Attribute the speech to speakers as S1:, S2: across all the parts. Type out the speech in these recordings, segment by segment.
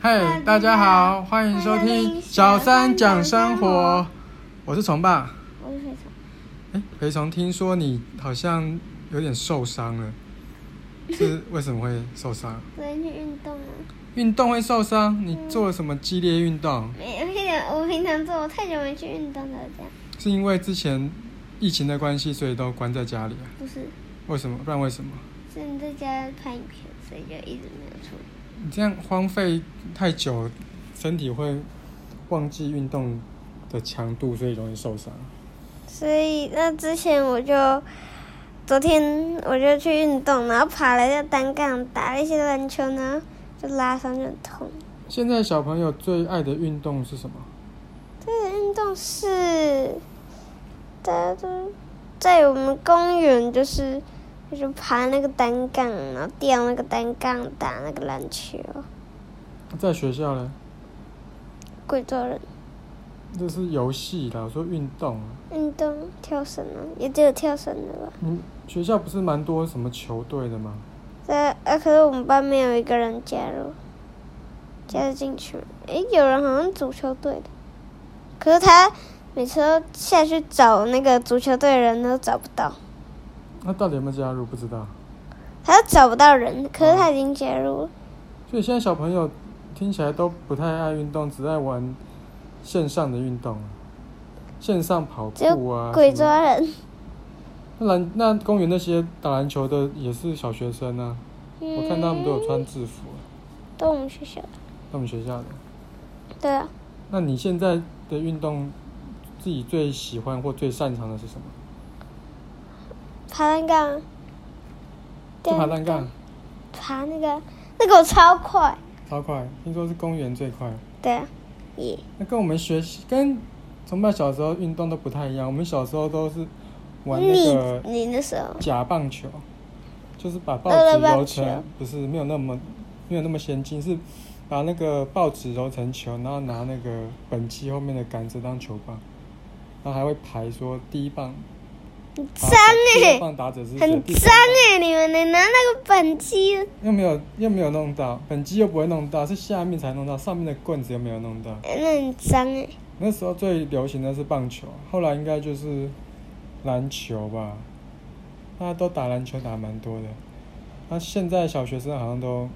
S1: 嗨、
S2: 嗨
S1: 大家好，
S2: 大
S1: 欢
S2: 家
S1: 迎收
S2: 欢迎
S1: 听小
S2: 小三
S1: 三
S2: 讲
S1: 讲
S2: 生
S1: 生
S2: 活
S1: 活，我是虫爸。
S2: 我是水虫，
S1: 哎，培虫，听说你好像有点受伤 了，是为什么会受伤？
S2: 昨天去运动啊了。
S1: 运动会受伤？你做了什么激烈运动？
S2: 没，我平常我平常做，我太久没去运动了，这样
S1: 是因为之前疫情的关系，所以都关在家里啊？
S2: 不是，
S1: 为什么？不然为什么？
S2: 是你在家拍影片，所以就一直没有出门。
S1: 你这样荒废太久，身体会忘记运动的强度，所以容易受伤。
S2: 所以那之前我就，昨天我就去运动，然后爬了一下单杠，打了一些篮球，然后就拉伤，就很痛。
S1: 现在小朋友最爱的运动是什么？
S2: 这个运动是，大家都在我们公园，就是就是爬那个单杠，然后吊那个单杠，打那个篮球，
S1: 在学校呢，
S2: 贵州人
S1: 这是游戏啦，我说运动啊。
S2: 运动跳绳啊，也只有跳绳的吧。
S1: 你学校不是蛮多什么球队的吗？
S2: 但啊，可是我们班没有一个人加入，加入进去了。诶，有人好像足球队的，可是他每次都下去找那个足球队的人都找不到，
S1: 那到底有没有加入？不知道。
S2: 他都找不到人，可是他已经加入了。
S1: 所以现在小朋友听起来都不太爱运动，只爱玩线上的运动啊，线上跑
S2: 只有
S1: 步啊。
S2: 鬼
S1: 什么
S2: 抓人。
S1: 那篮那公园那些打篮球的也是小学生啊，我看他们都有穿制服、
S2: 嗯都我们学校的。
S1: 他们学校的。
S2: 对啊，
S1: 那你现在的运动，自己最喜欢或最擅长的是什么？
S2: 爬单杠。
S1: 就爬单杠，
S2: 爬那个，那个我超快。
S1: 超快，听说是公园最快。
S2: 对啊，耶。
S1: 那跟我们学习跟崇拜小时候运动都不太一样，我们小时候都是玩那个
S2: 你你那时候
S1: 假棒球，就是把报
S2: 呃
S1: 纸
S2: 棒
S1: 揉
S2: 球
S1: 成，不是没有那么没有那么先进，是把那个报纸揉成球，然后拿那个本机后面的杆子当球棒，然后还会排说第一棒
S2: 很
S1: 打
S2: 脏
S1: 者第
S2: 哎、
S1: 二棒打者是谁，
S2: 很
S1: 第三
S2: 脏
S1: 棒
S2: 哎、你们你拿那个本机，
S1: 又没有又没有弄到，本机又不会弄到，是下面才弄到，上面的棍子又没有弄到。
S2: 那很脏哎、
S1: 那时候最流行的是棒球，后来应该就是篮球吧。大家都打篮球打蛮多的，那现在小学生好像都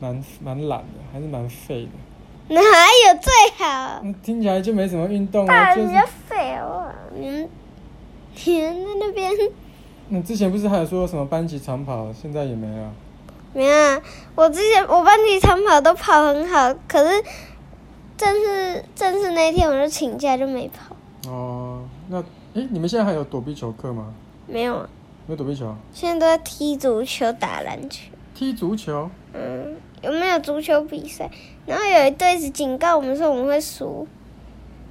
S1: 蛮蛮懒的，还是蛮废的。
S2: 哪有最好？
S1: 那听起来就没什么运动
S2: 大
S1: 啊，就
S2: 人
S1: 是
S2: 家废话，你们你们在那边
S1: 你之前不是还有说什么班级长跑，现在也没了。
S2: 没有啊，我之前我班级长跑都跑很好，可是正是正是那一天我就请假就没跑，
S1: 哦，那诶，你们现在还有躲避球课吗？
S2: 没有啊，
S1: 有躲避球，
S2: 现在都在踢足球、打篮球，
S1: 踢足球，
S2: 嗯，有没有足球比赛？然后有一队是警告我们说我们会输，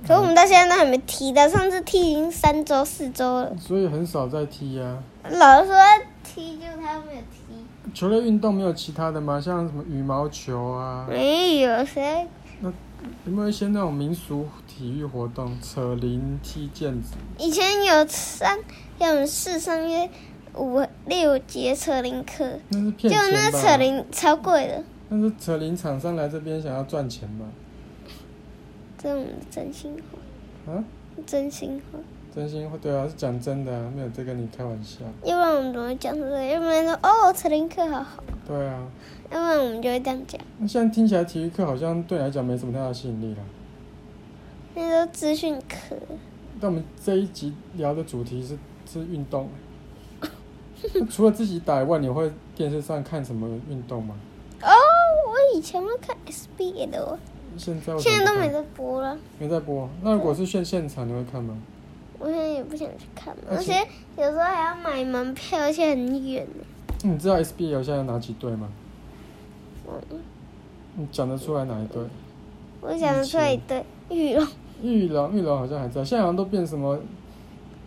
S2: 可我们到现在都还没踢到，上次踢已经三周四周了，
S1: 所以很少在踢呀、啊。
S2: 老师说要踢，就他没有踢，
S1: 球类运动没有其他的吗？像什么羽毛球啊？
S2: 没有谁
S1: 有没有一些那种民俗体育活动，扯铃、踢毽子？
S2: 以前有上，有我们市上约五六节扯铃课，
S1: 那是骗
S2: 就
S1: 钱
S2: 那
S1: 吧？
S2: 扯，铃超贵的，
S1: 那是扯铃厂商来这边想要赚钱吧？
S2: 这是我们的真心话，
S1: 啊，
S2: 真心话。
S1: 真心话，对啊，是讲真的、啊，没有在跟你开玩笑。
S2: 要不然我们怎么会讲出来？要不然说哦，扯铃课好好，
S1: 对啊，
S2: 要不然我们就会这样讲。
S1: 那现在听起来体育课好像对你来讲没什么太大吸引力了。
S2: 那时候资讯课，
S1: 但我们这一集聊的主题是是运动，那除了自己打以外，你会电视上看什么运动吗？
S2: 哦，我以前会看 SBL，哦
S1: 现在为什
S2: 现
S1: 么
S2: 在
S1: 不
S2: 都没
S1: 看
S2: 得播了，
S1: 没在播。那如果是现现场，你会看吗？
S2: 我现在也不想去看了，
S1: 而
S2: 而
S1: 且
S2: 且有时候还要买门票，而且很远呢。
S1: 嗯你知道 SBL 现在有哪几队吗？
S2: 嗯
S1: 你讲得出来哪一队？
S2: 我想得出来一对羽绒，
S1: 玉龙，玉龙好像还在，现在好像都变什么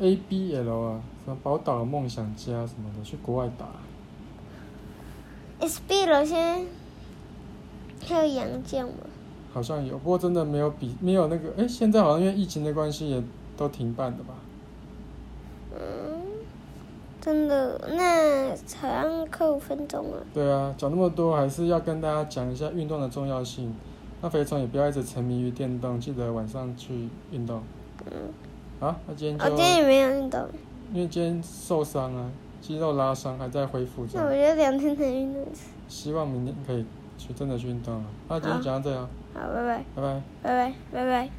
S1: ABL 啊，什么宝岛梦想家什么的，去国外打。
S2: SBL 现在还有杨绛吗？
S1: 好像有，不过真的没有比没有那个，哎、现在好像因为疫情的关系也都停办了吧？
S2: 嗯，真的，那好像快五分钟了。
S1: 对啊，讲那么多，还是要跟大家讲一下运动的重要性。那肥虫也不要一直沉迷于电动，记得晚上去运动。
S2: 嗯，
S1: 好，那今天
S2: 我、
S1: 就
S2: 哦今天也没有运动，
S1: 因为今天受伤啊，肌肉拉伤还在恢复
S2: 那我
S1: 中，
S2: 就两天才运动一次。
S1: 希望明天可以去真的去运动了。那今天
S2: 好
S1: 讲到这样，啊
S2: 好，拜拜，
S1: 拜拜。
S2: 拜拜，拜拜。